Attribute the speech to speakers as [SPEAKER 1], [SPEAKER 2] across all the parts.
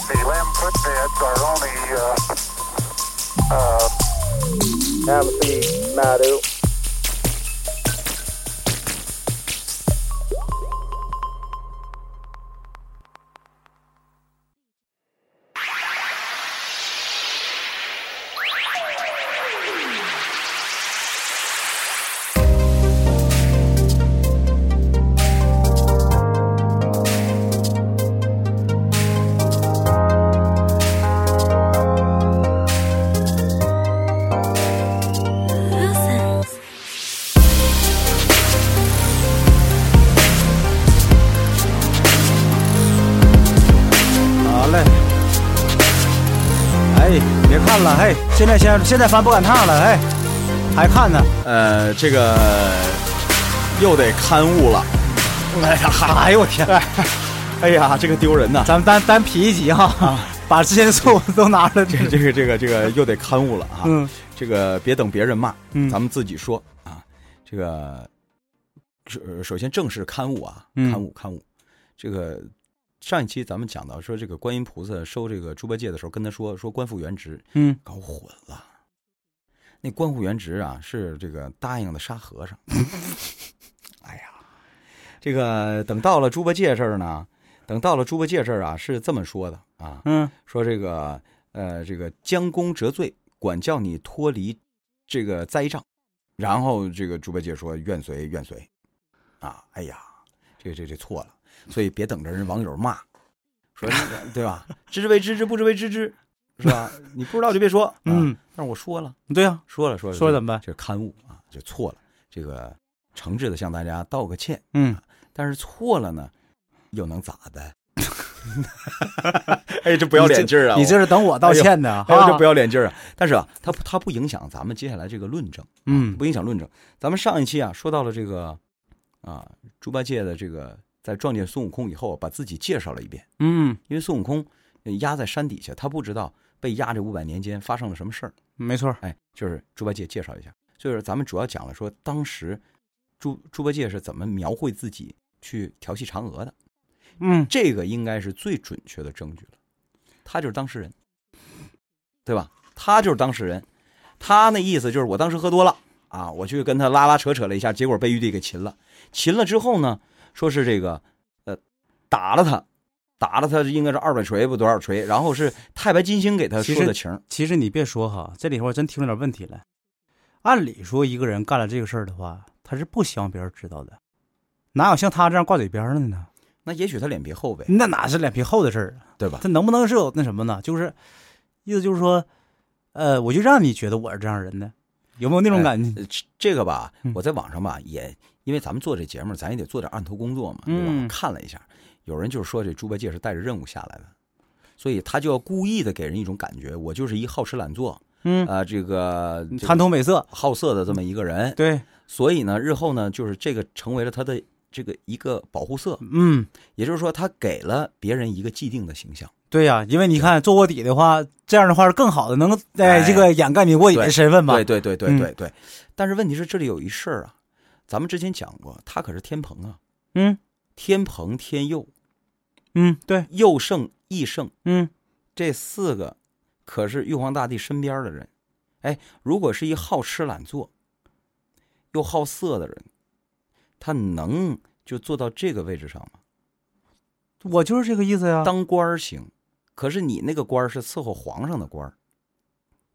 [SPEAKER 1] quit bids are only, uh, uh,
[SPEAKER 2] Amity Madu.
[SPEAKER 3] 好嘞。哎，别看了，嘿，现在先现在翻不赶趟了，嘿，还看呢？
[SPEAKER 4] 呃，这个又得刊物了。哎呀，
[SPEAKER 3] 哎呦我天！
[SPEAKER 4] 哎呀，这个丢人呐！
[SPEAKER 3] 咱们单单皮一集哈， 把之前的错误都拿出来。啊这
[SPEAKER 4] 这个这个这个又得刊物了啊！
[SPEAKER 3] 嗯，
[SPEAKER 4] 这个别等别人骂，
[SPEAKER 3] 嗯
[SPEAKER 4] 咱们自己说啊。这个首首先正式刊物啊，
[SPEAKER 3] 嗯
[SPEAKER 4] 刊物刊物。这个上一期咱们讲到说，这个观音菩萨收这个猪八戒的时候，跟他说说官复原职
[SPEAKER 3] 嗯，
[SPEAKER 4] 搞混了。那官复原职啊，是这个答应的沙和尚。 哎呀，这个等到了猪八戒这儿呢，等到了猪八戒这儿啊，是这么说的啊，
[SPEAKER 3] 嗯，
[SPEAKER 4] 说这个呃，这个将功折罪，管教你脱离这个灾障。然后这个猪八戒说：“愿随愿随。”啊，哎呀，这这这错了，所以别等着人网友骂，说那个对吧？知之为知之，不知为知之，是吧？你不知道就别 说。啊
[SPEAKER 3] 嗯，
[SPEAKER 4] 但是我说了，
[SPEAKER 3] 对呀，
[SPEAKER 4] 说了，说了，
[SPEAKER 3] 说了怎么办？
[SPEAKER 4] 这刊物啊，这错了，这个诚挚的向大家道个歉。
[SPEAKER 3] 嗯，
[SPEAKER 4] 但是错了呢，又能咋的？ 哎，这不要
[SPEAKER 3] 你这
[SPEAKER 4] 脸劲儿啊！
[SPEAKER 3] 你
[SPEAKER 4] 我
[SPEAKER 3] 这是等我道 歉呢，
[SPEAKER 4] 还有就
[SPEAKER 3] 哈
[SPEAKER 4] 不要脸劲儿啊！但是啊，它它不影响咱们接下来这个论证，
[SPEAKER 3] 嗯
[SPEAKER 4] 不影响论证。咱们上一期啊说到了这个啊猪八戒的这个在撞见孙悟空以后，啊把自己介绍了一遍，
[SPEAKER 3] 嗯，
[SPEAKER 4] 因为孙悟空呃压在山底下，他不知道被压这五百年间发生了什么事儿。
[SPEAKER 3] 没错，
[SPEAKER 4] 哎，就是猪八戒介绍一下，就是咱们主要讲了说当时猪猪八戒是怎么描绘自己去调戏嫦娥的，
[SPEAKER 3] 嗯，
[SPEAKER 4] 这个应该是最准确的证据了。他就是当事人，对吧？他就是当事人，他那意思就是我当时喝多了啊，我去跟他拉拉扯扯了一下，结果被玉帝给擒了。擒了之后呢，说是这个呃打了他，打了他应该是二百锤不多少锤，然后是太白金星给他
[SPEAKER 3] 其
[SPEAKER 4] 说
[SPEAKER 3] 实
[SPEAKER 4] 的情儿，
[SPEAKER 3] 其实你别说哈，这里头我真听出点问题来。按理说，一个人干了这个事儿的话，他是不希望别人知道的，哪有像他这样挂嘴边儿的呢？
[SPEAKER 4] 那也许他脸皮厚呗，
[SPEAKER 3] 那哪是脸皮厚的事儿啊？
[SPEAKER 4] 对吧？
[SPEAKER 3] 他能不能是有那什么呢？就是意思就是说，呃，我就让你觉得我是这样人呢，有没有那种
[SPEAKER 4] 哎
[SPEAKER 3] 感觉？
[SPEAKER 4] 呃这这个吧
[SPEAKER 3] 嗯，
[SPEAKER 4] 我在网上吧也，因为咱们做这节目，咱也得做点案头工作嘛，对吧？
[SPEAKER 3] 嗯
[SPEAKER 4] 看了一下，有人就是说这猪八戒是带着任务下来的，所以他就要故意的给人一种感觉，我就是一好吃懒做，
[SPEAKER 3] 嗯，
[SPEAKER 4] 啊、这个这
[SPEAKER 3] 贪
[SPEAKER 4] 个
[SPEAKER 3] 图美色，
[SPEAKER 4] 好色的这么一个人。
[SPEAKER 3] 对，
[SPEAKER 4] 所以呢，日后呢，就是这个成为了他的这个一个保护色，
[SPEAKER 3] 嗯，
[SPEAKER 4] 也就是说，他给了别人一个既定的形象。
[SPEAKER 3] 对呀、因为你看做卧底的话，这样的话是更好的，能在、
[SPEAKER 4] 哎
[SPEAKER 3] 这个掩盖你卧底的
[SPEAKER 4] 对
[SPEAKER 3] 身份吧？
[SPEAKER 4] 对对对对
[SPEAKER 3] 嗯
[SPEAKER 4] 对对。但是问题是，这里有一事儿啊，咱们之前讲过，他可是天蓬啊，
[SPEAKER 3] 嗯
[SPEAKER 4] 天蓬天佑。
[SPEAKER 3] 嗯，对，
[SPEAKER 4] 右圣、义圣
[SPEAKER 3] 嗯
[SPEAKER 4] 这四个可是玉皇大帝身边的人。哎，如果是一好吃懒做又好色的人，他能就做到这个位置上吗？
[SPEAKER 3] 我就是这个意思呀、
[SPEAKER 4] 当官儿行，可是你那个官儿是伺候皇上的官儿，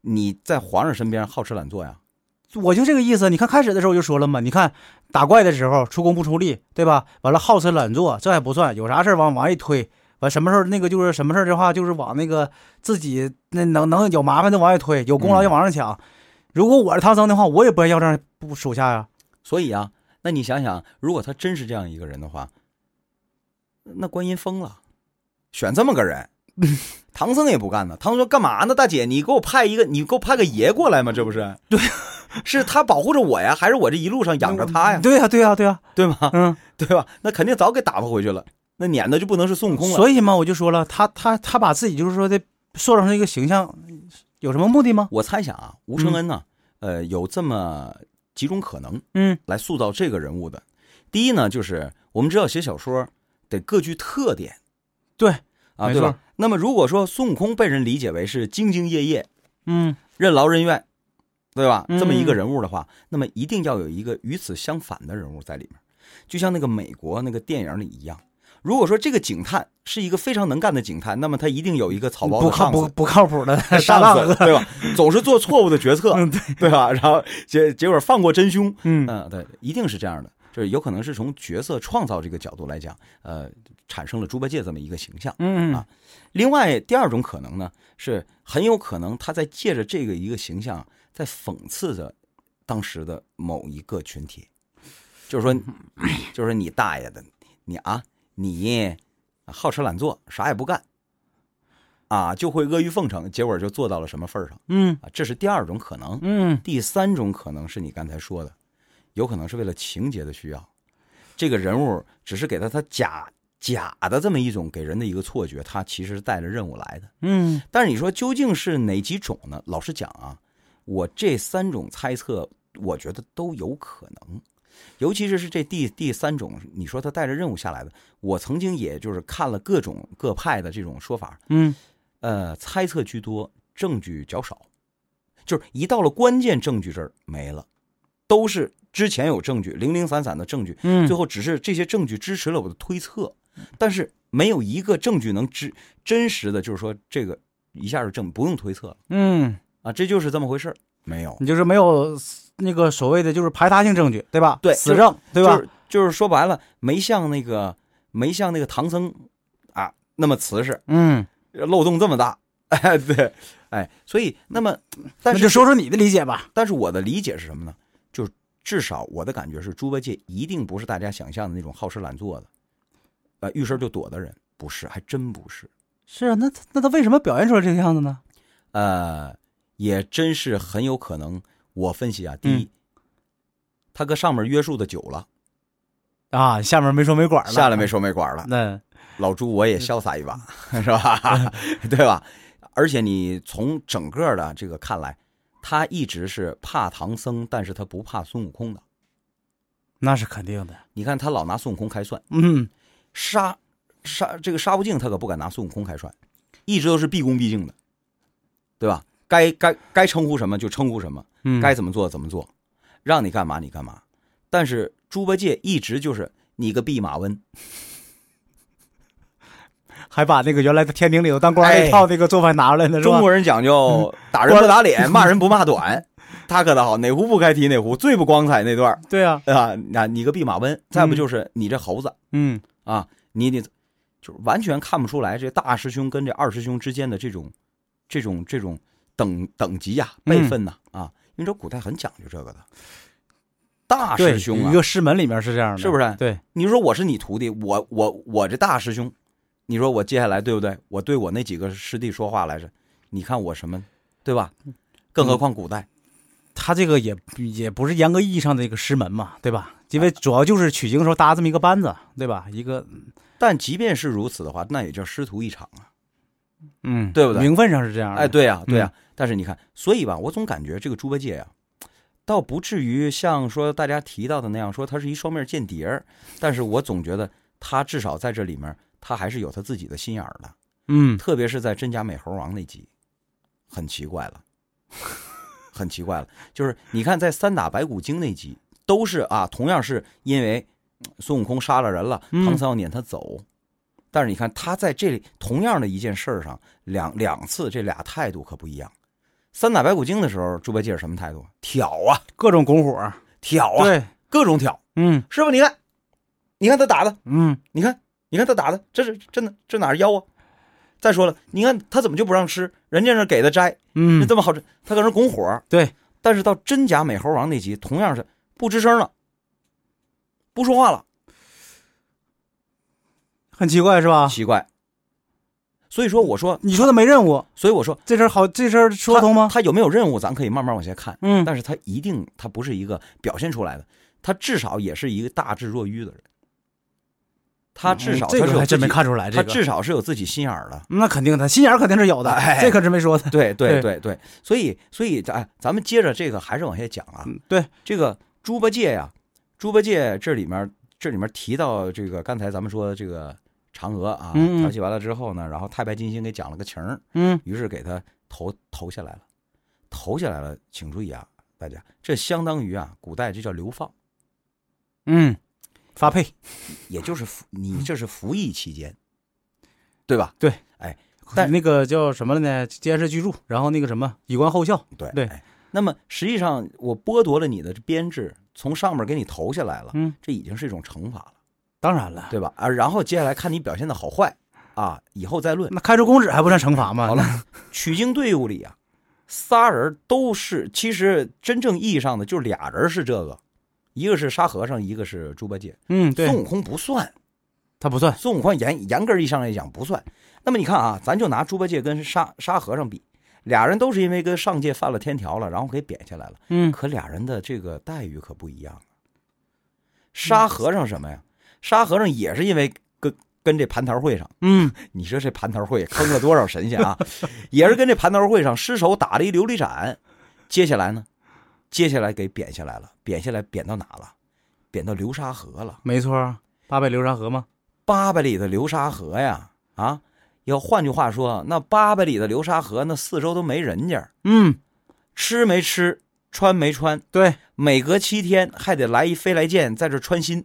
[SPEAKER 4] 你在皇上身边好吃懒做呀？
[SPEAKER 3] 我就这个意思。你看开始的时候我就说了嘛，你看打怪的时候出工不出力，对吧？完了好吃懒做，这还不算，有啥事儿往往一推。完什么时候那个就是什么事儿的话，就是往那个自己那能能有麻烦的往外推，有功劳就往上抢。
[SPEAKER 4] 嗯
[SPEAKER 3] 如果我是唐僧的话，我也不会要这样不属下呀、
[SPEAKER 4] 所以啊，那你想想，如果他真是这样一个人的话，那观音疯了，选这么个 人。唐僧也不干呢，唐僧说干嘛呢？大姐，你给我派一个，你给我派个爷过来嘛？这不是？ 对，是他保护着我呀，还是我这一路上养着他呀？
[SPEAKER 3] 对呀、对呀、对呀、
[SPEAKER 4] 对吗？
[SPEAKER 3] 嗯。
[SPEAKER 4] 对吧？那肯定早给打发回去了，那撵的就不能是孙悟空了。以
[SPEAKER 3] 所以嘛，我就说了，他他他把自己就是说的塑造成一个形象，有什么目的吗？
[SPEAKER 4] 我猜想啊，吴承恩呢、呃，有这么几种可能
[SPEAKER 3] 嗯
[SPEAKER 4] 来塑造这个人物的。第一呢，就是我们知道写小说得各具特点，
[SPEAKER 3] 对
[SPEAKER 4] 啊，对
[SPEAKER 3] 没错
[SPEAKER 4] 吧？那么如果说孙悟空被人理解为是兢兢业业、
[SPEAKER 3] 嗯，
[SPEAKER 4] 任劳任怨，对吧？
[SPEAKER 3] 嗯
[SPEAKER 4] 这么一个人物的话，那么一定要有一个与此相反的人物在里面，就像那个美国那个电影里一样。如果说这个警探是一个非常能干的警探，那么他一定有一个草包的
[SPEAKER 3] 不靠
[SPEAKER 4] 上司
[SPEAKER 3] 不不靠谱 的搭
[SPEAKER 4] 上
[SPEAKER 3] 档
[SPEAKER 4] 司，对吧？总是做错误的决策，对吧？然后结结果放过真凶，
[SPEAKER 3] 嗯，
[SPEAKER 4] 嗯，对，一定是这样的，就是有可能是从角色创造这个角度来讲，呃，产生了猪八戒这么一个形象。
[SPEAKER 3] 嗯
[SPEAKER 4] 啊另外，第二种可能呢，是很有可能他在借着这个一个形象，在讽刺着当时的某一个群体，就是说，就是你大爷的，你啊，你好吃懒做，啥也不干，啊，就会阿谀奉承，结果就做到了什么份儿上
[SPEAKER 3] 嗯
[SPEAKER 4] 啊，这是第二种可能。
[SPEAKER 3] 嗯，
[SPEAKER 4] 第三种可能是你刚才说的，有可能是为了情节的需要，这个人物只是给他他假假的这么一种给人的一个错觉，他其实是带着任务来的。
[SPEAKER 3] 嗯
[SPEAKER 4] 但是你说究竟是哪几种呢？老实讲啊，我这三种猜测，我觉得都有可能。尤其是是这第第三种，你说他带着任务下来的，我曾经也就是看了各种各派的这种说法，
[SPEAKER 3] 嗯
[SPEAKER 4] 呃，猜测居多，证据较少，就是一到了关键证据这儿没了，都是之前有证据，零零散散的证据，
[SPEAKER 3] 嗯，
[SPEAKER 4] 最后只是这些证据支持了我的推测，但是没有一个证据能支真实的，就是说这个一下就证不用推测了
[SPEAKER 3] 嗯，
[SPEAKER 4] 啊，这就是这么回事儿没有，
[SPEAKER 3] 你就是没有那个所谓的就是排他性证据，对吧？
[SPEAKER 4] 对
[SPEAKER 3] 死证，对吧
[SPEAKER 4] 就？是就是说白了，没像那个没像那个唐僧啊那么瓷实，
[SPEAKER 3] 嗯，
[SPEAKER 4] 漏洞这么大， 哎对，哎，所以那么但
[SPEAKER 3] 那
[SPEAKER 4] 是
[SPEAKER 3] 就说说你的理解吧。
[SPEAKER 4] 但是我的理解是什么呢？就是至少我的感觉是，猪八戒一定不是大家想象的那种好吃懒做的，呃，遇事儿就躲的人，不是，还真不是。
[SPEAKER 3] 是啊，那那他为什么表现出来这个样子呢？
[SPEAKER 4] 呃，也真是很有可能。我分析啊，第一，他搁上面约束的久了，
[SPEAKER 3] 啊，下面没说没管了，
[SPEAKER 4] 下来没手没管了，
[SPEAKER 3] 那
[SPEAKER 4] 老朱我也潇洒一把， 是吧？ 对吧？而且你从整个的这个看来，他一直是怕唐僧，但是他不怕孙悟空的。
[SPEAKER 3] 那是肯定的。
[SPEAKER 4] 你看他老拿孙悟空开涮。
[SPEAKER 3] 嗯，
[SPEAKER 4] 杀杀这个杀不尽，他可不敢拿孙悟空开涮，一直都是毕恭毕敬的，对吧？该该该称呼什么就称呼什么，
[SPEAKER 3] 嗯
[SPEAKER 4] 该怎么做怎么做，让你干嘛你干嘛。但是猪八戒一直就是你个弼马温，
[SPEAKER 3] 还把那个原来的天庭里头当官儿那
[SPEAKER 4] 哎
[SPEAKER 3] 套那个做法拿出来呢，是吧嗯
[SPEAKER 4] 中国人讲究打人不打脸，骂人不骂短，他可倒好，哪壶不开提哪壶，最不光彩那段儿
[SPEAKER 3] 对啊，
[SPEAKER 4] 啊，那你个弼马温，再不就是你这猴子，
[SPEAKER 3] 嗯
[SPEAKER 4] 啊，你得就是完全看不出来这大师兄跟这二师兄之间的这种这种这种等等级
[SPEAKER 3] 嗯
[SPEAKER 4] 呀、辈分呐啊因为这古代很讲究这个的。大
[SPEAKER 3] 嗯对，
[SPEAKER 4] 师兄
[SPEAKER 3] 一
[SPEAKER 4] 啊，
[SPEAKER 3] 个师门里面是这样的，
[SPEAKER 4] 是不是
[SPEAKER 3] 对，
[SPEAKER 4] 你说我是你徒弟，我我我这大师兄，你说我接下来对不对？我对我那几个师弟说话来着，你看我什么，对吧？更
[SPEAKER 3] 嗯
[SPEAKER 4] 何况古代，
[SPEAKER 3] 他这个也也不是严格意义上的一个师门嘛，对吧？因为主要就是取经时候搭这么一个班子，对吧？一个
[SPEAKER 4] 但即便是如此的话，那也叫师徒一场啊。
[SPEAKER 3] 嗯，
[SPEAKER 4] 对不对
[SPEAKER 3] 名分上是这样的，嗯
[SPEAKER 4] 哎，，对呀、对呀、但是你看，所以吧，我总感觉这个猪八戒呀、倒不至于像说大家提到的那样，说他是一双面间谍儿。但是我总觉得他至少在这里面，他还是有他自己的心眼儿的。
[SPEAKER 3] 嗯
[SPEAKER 4] 特别是在真假美猴王那集，很奇怪了， 很奇怪了。就是你看，在三打白骨精那集，都是啊，同样是因为嗯孙悟空杀了人了，
[SPEAKER 3] 嗯
[SPEAKER 4] 唐僧要撵他走。但是你看他在这里同样的一件事儿上，两两次这俩态度可不一样。三打白骨精的时候，猪八戒是什么态度？挑啊，
[SPEAKER 3] 各种拱火，
[SPEAKER 4] 挑啊，
[SPEAKER 3] 对，
[SPEAKER 4] 各种挑。
[SPEAKER 3] 嗯
[SPEAKER 4] 师傅，你看，你看他打的，
[SPEAKER 3] 嗯，
[SPEAKER 4] 你看，你看他打的，这是真的，这哪是妖啊？再说了，你看他怎么就不让吃？人家那给他摘，那
[SPEAKER 3] 嗯，
[SPEAKER 4] 这么好吃，他搁那拱火。
[SPEAKER 3] 对，
[SPEAKER 4] 但是到真假美猴王那集，同样是不吱声了，不说话了，
[SPEAKER 3] 很奇怪是吧？
[SPEAKER 4] 奇怪。所以说，我说，
[SPEAKER 3] 你说他没任务，
[SPEAKER 4] 所以我说，
[SPEAKER 3] 这事儿好，这事儿说得
[SPEAKER 4] 他
[SPEAKER 3] 通吗？
[SPEAKER 4] 他有没有任务，咱可以慢慢往下看。
[SPEAKER 3] 嗯，
[SPEAKER 4] 但是他一定，他不是一个表现出来的，他至少也是一个大智若愚的人。他至少他
[SPEAKER 3] 嗯这
[SPEAKER 4] 是有自己、
[SPEAKER 3] 个还真没看出来，这
[SPEAKER 4] 他
[SPEAKER 3] 个
[SPEAKER 4] 至少是有自己心眼儿的。
[SPEAKER 3] 那肯定的，心眼儿肯定是有的，
[SPEAKER 4] 哎
[SPEAKER 3] 这可是没说 的。
[SPEAKER 4] 对对
[SPEAKER 3] 对
[SPEAKER 4] 对对，所以所以咱哎咱们接着这个还是往下讲啊，
[SPEAKER 3] 嗯对，
[SPEAKER 4] 这个猪八戒呀、猪八戒这里面这里面提到这个刚才咱们说的这个嫦娥啊，
[SPEAKER 3] 嗯嗯
[SPEAKER 4] 调戏完了之后呢，然后太白金星给讲了个情儿，
[SPEAKER 3] 嗯
[SPEAKER 4] 于是给他投投下来了，投下来了，请注意啊，大家，这相当于啊，古代这叫流放，
[SPEAKER 3] 嗯，发配
[SPEAKER 4] 也就是服你这是服役期间，对吧？但
[SPEAKER 3] 那个叫什么了呢？监视居住，然后那个什么以观后效，
[SPEAKER 4] 对
[SPEAKER 3] 对
[SPEAKER 4] 哎那么实际上我剥夺了你的编制，从上面给你投下来了，
[SPEAKER 3] 嗯，
[SPEAKER 4] 这已经是一种惩罚了，
[SPEAKER 3] 当然了，
[SPEAKER 4] 对吧？啊，然后接下来看你表现的好坏啊，以后再论。
[SPEAKER 3] 那开除公职还不算惩罚吗？
[SPEAKER 4] 好了，取经队伍里啊，仨人都是，其实真正意义上的就俩人是这个，一个是沙和尚，一个是猪八戒。
[SPEAKER 3] 嗯，
[SPEAKER 4] 孙
[SPEAKER 3] 对，
[SPEAKER 4] 悟空不算，
[SPEAKER 3] 他不算，
[SPEAKER 4] 孙悟空严严格意义上来讲不算。那么你看啊，咱就拿猪八戒跟沙沙和尚比，俩人都是因为跟上界犯了天条了，然后给贬下来了。
[SPEAKER 3] 嗯，
[SPEAKER 4] 可俩人的这个待遇可不一样啊。沙和尚什么呀？沙和尚也是因为跟跟这蟠桃会上，
[SPEAKER 3] 嗯，
[SPEAKER 4] 你说这蟠桃会坑了多少神仙啊？ 也是跟这蟠桃会上失手打了一琉璃盏，接下来呢，接下来给贬下来了，贬下来贬到哪了？贬到流沙河了。
[SPEAKER 3] 没错啊，八百流沙河吗？
[SPEAKER 4] 八百里的流沙河呀，啊，要换句话说，那八百里的流沙河，那四周都没人家，
[SPEAKER 3] 嗯，
[SPEAKER 4] 吃没吃，穿没穿，
[SPEAKER 3] 对，
[SPEAKER 4] 每隔七天还得来一飞来剑，在这穿心，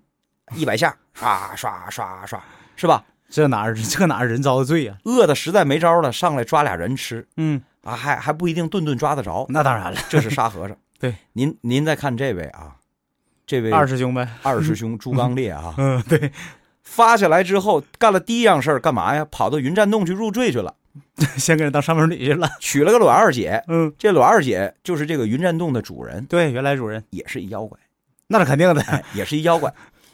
[SPEAKER 4] 一百下， 刷刷刷刷，是吧？
[SPEAKER 3] 这哪儿这哪儿人遭的罪啊呀？
[SPEAKER 4] 饿的实在没招了，上来抓俩人吃
[SPEAKER 3] 嗯，
[SPEAKER 4] 啊，还还不一定顿顿抓得 着。
[SPEAKER 3] 那当然了，
[SPEAKER 4] 这是沙和尚。
[SPEAKER 3] 对，
[SPEAKER 4] 您您再看这位啊，这位
[SPEAKER 3] 二师兄呗，
[SPEAKER 4] 二师兄朱刚烈啊，
[SPEAKER 3] 嗯，对，
[SPEAKER 4] 发下来之后干了第一样事儿，干嘛呀？跑到云栈洞去入赘去了，
[SPEAKER 3] 先给人当上门女去了，
[SPEAKER 4] 娶了个阮二姐。
[SPEAKER 3] 嗯，
[SPEAKER 4] 这阮二姐就是这个云栈洞的主人，
[SPEAKER 3] 对，原来主人，
[SPEAKER 4] 也是一妖怪，
[SPEAKER 3] 那是肯定的，
[SPEAKER 4] 哎，也是一妖怪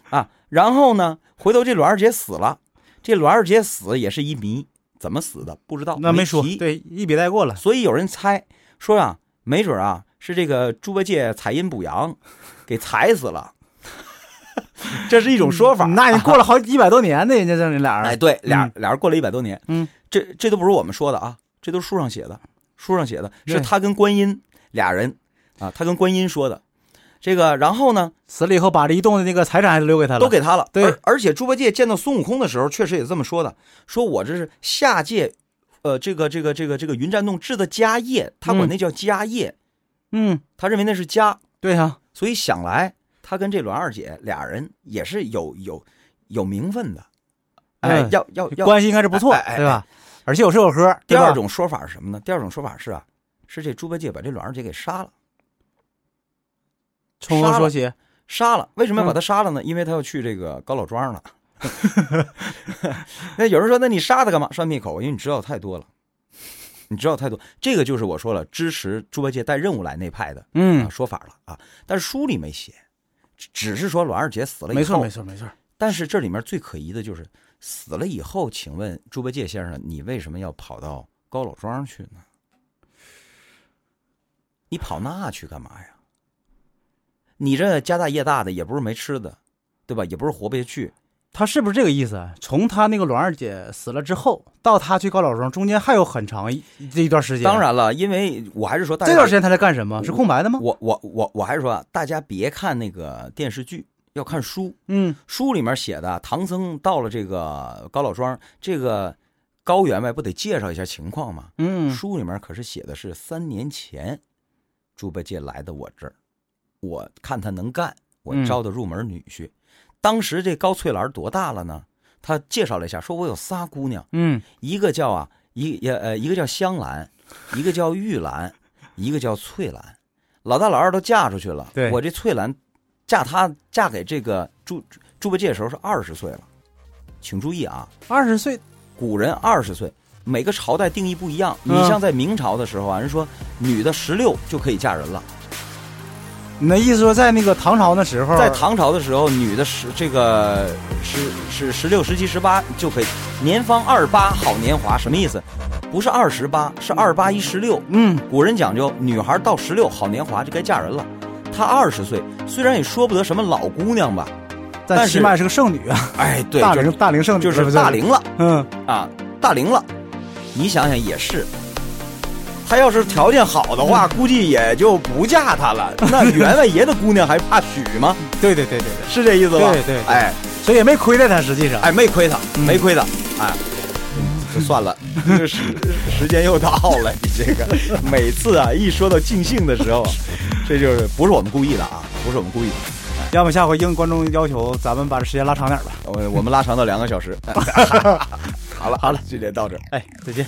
[SPEAKER 4] 啊。然后呢，回头这阮二姐死了，这阮二姐死也是一谜，怎么死的不知道，
[SPEAKER 3] 那
[SPEAKER 4] 没
[SPEAKER 3] 没说
[SPEAKER 4] 提，
[SPEAKER 3] 对，一笔带过了，
[SPEAKER 4] 所以有人猜说啊，没准啊是这个猪八戒采阴补阳，给踩死了，这是一种说法。
[SPEAKER 3] 嗯那人过了好一百多年呢，人家这俩
[SPEAKER 4] 哎，
[SPEAKER 3] 人，
[SPEAKER 4] 对，俩俩人过了一百多年，
[SPEAKER 3] 嗯，
[SPEAKER 4] 这这都不是我们说的啊，这都是书上写的，书上写的
[SPEAKER 3] 对
[SPEAKER 4] 是他跟观音俩人啊，他跟观音说的。这个，然后呢，
[SPEAKER 3] 死了以后把这一栋的那个财产还都留给他了，
[SPEAKER 4] 都给他了。
[SPEAKER 3] 对
[SPEAKER 4] 而而且猪八戒见到孙悟空的时候，确实也这么说的，说我这是下界，呃，这个这个这个这个云栈洞置的家业，他管那叫家业，
[SPEAKER 3] 嗯，
[SPEAKER 4] 他认为那是家，
[SPEAKER 3] 对啊呀，
[SPEAKER 4] 所以想来，他跟这阮二姐俩人也是有有有名分的，哎，
[SPEAKER 3] 嗯
[SPEAKER 4] 要要要。
[SPEAKER 3] 关系应该是不错，
[SPEAKER 4] 哎哎哎
[SPEAKER 3] 对吧？而且有吃有喝，
[SPEAKER 4] 第
[SPEAKER 3] 对吧
[SPEAKER 4] 二，种说法是什么呢？第二种说法是啊，是这猪八戒把这阮二姐给杀了，
[SPEAKER 3] 从
[SPEAKER 4] 杀
[SPEAKER 3] 头
[SPEAKER 4] 了
[SPEAKER 3] 说起，
[SPEAKER 4] 杀了。为什
[SPEAKER 3] 嗯
[SPEAKER 4] 么要把他杀了呢？因为他要去这个高老庄了。 那有人说，那你杀他干嘛？拴灭口，因为你知道太多了，你知道太多。这个就是我说了，支持猪八戒带任务来那派的啊
[SPEAKER 3] 嗯，
[SPEAKER 4] 说法了啊。但是书里没写，只只是说阮二姐死了以后，
[SPEAKER 3] 没错没错没错，
[SPEAKER 4] 但是这里面最可疑的就是死了以后，请问猪八戒先生，你为什么要跑到高老庄去呢？你跑那去干嘛呀？你这家大业大的，也不是没吃的，对吧？也不是活不下去。
[SPEAKER 3] 他是不是这个意思啊？从他那个阮二姐死了之后，到他去高老庄，中间还有很长一这一段时间。
[SPEAKER 4] 当，然了，因为我还是说大家，
[SPEAKER 3] 这段时间他在干什么？是空白的吗？
[SPEAKER 4] 我我我我还是说啊，大家别看那个电视剧，要看书。
[SPEAKER 3] 嗯，
[SPEAKER 4] 书里面写的，唐僧到了这个高老庄，这个高员外不得介绍一下情况吗？
[SPEAKER 3] 嗯，
[SPEAKER 4] 书里面可是写的是三年前，猪八戒来的我这儿，我看他能干，我
[SPEAKER 3] 嗯
[SPEAKER 4] 招他入门女婿。当时这高翠兰多大了呢？他介绍了一下，说我有仨姑娘，
[SPEAKER 3] 嗯，
[SPEAKER 4] 一个叫啊一也呃一个叫香兰，一个叫玉 兰，一个叫翠兰。老大老二都嫁出去了，
[SPEAKER 3] 对
[SPEAKER 4] 我这翠兰嫁他嫁给这个猪猪猪八戒的时候是二十岁了，请注意啊，
[SPEAKER 3] 二十岁，
[SPEAKER 4] 古人二十岁，每个朝代定义不一样。你
[SPEAKER 3] 嗯
[SPEAKER 4] 像在明朝的时候啊，人说女的十六就可以嫁人了，
[SPEAKER 3] 你那意思说在那个唐朝那时候，
[SPEAKER 4] 在唐朝的时候，女的十这个十是十六、十七、十八就可以。年方二八好年华什么意思？不是二十八，是二八一十六。
[SPEAKER 3] 嗯，
[SPEAKER 4] 古人讲究，女孩到十六好年华就该嫁人了。她二十岁，虽然也说不得什么老姑娘吧，但
[SPEAKER 3] 但
[SPEAKER 4] 是
[SPEAKER 3] 起码是个剩女啊，
[SPEAKER 4] 哎，对，
[SPEAKER 3] 大
[SPEAKER 4] 就
[SPEAKER 3] 龄
[SPEAKER 4] 是
[SPEAKER 3] 大龄剩女
[SPEAKER 4] 就是大，龄了。
[SPEAKER 3] 不嗯，
[SPEAKER 4] 啊，大龄了，你想想也是。他要是条件好的
[SPEAKER 3] 嗯
[SPEAKER 4] 话，估计也就不嫁他了。那员外爷的姑娘还怕娶吗？
[SPEAKER 3] 对对对对对，
[SPEAKER 4] 是这意思吧？
[SPEAKER 3] 对对对嗯
[SPEAKER 4] 哎，
[SPEAKER 3] 所以也没亏待他，实际上。
[SPEAKER 4] 哎，没亏他，没亏他，哎，
[SPEAKER 3] 嗯
[SPEAKER 4] 这算了，这时时间又到了，你这个每次啊，一说到尽兴的时候，啊这就是不是我们故意的啊，不是我们故意的。
[SPEAKER 3] 要么下回应观众要求，咱们把时间拉长点吧。
[SPEAKER 4] 我我们拉长到两个小时。哎 好了
[SPEAKER 3] 好了，
[SPEAKER 4] 今天到这儿。
[SPEAKER 3] 哎，再见。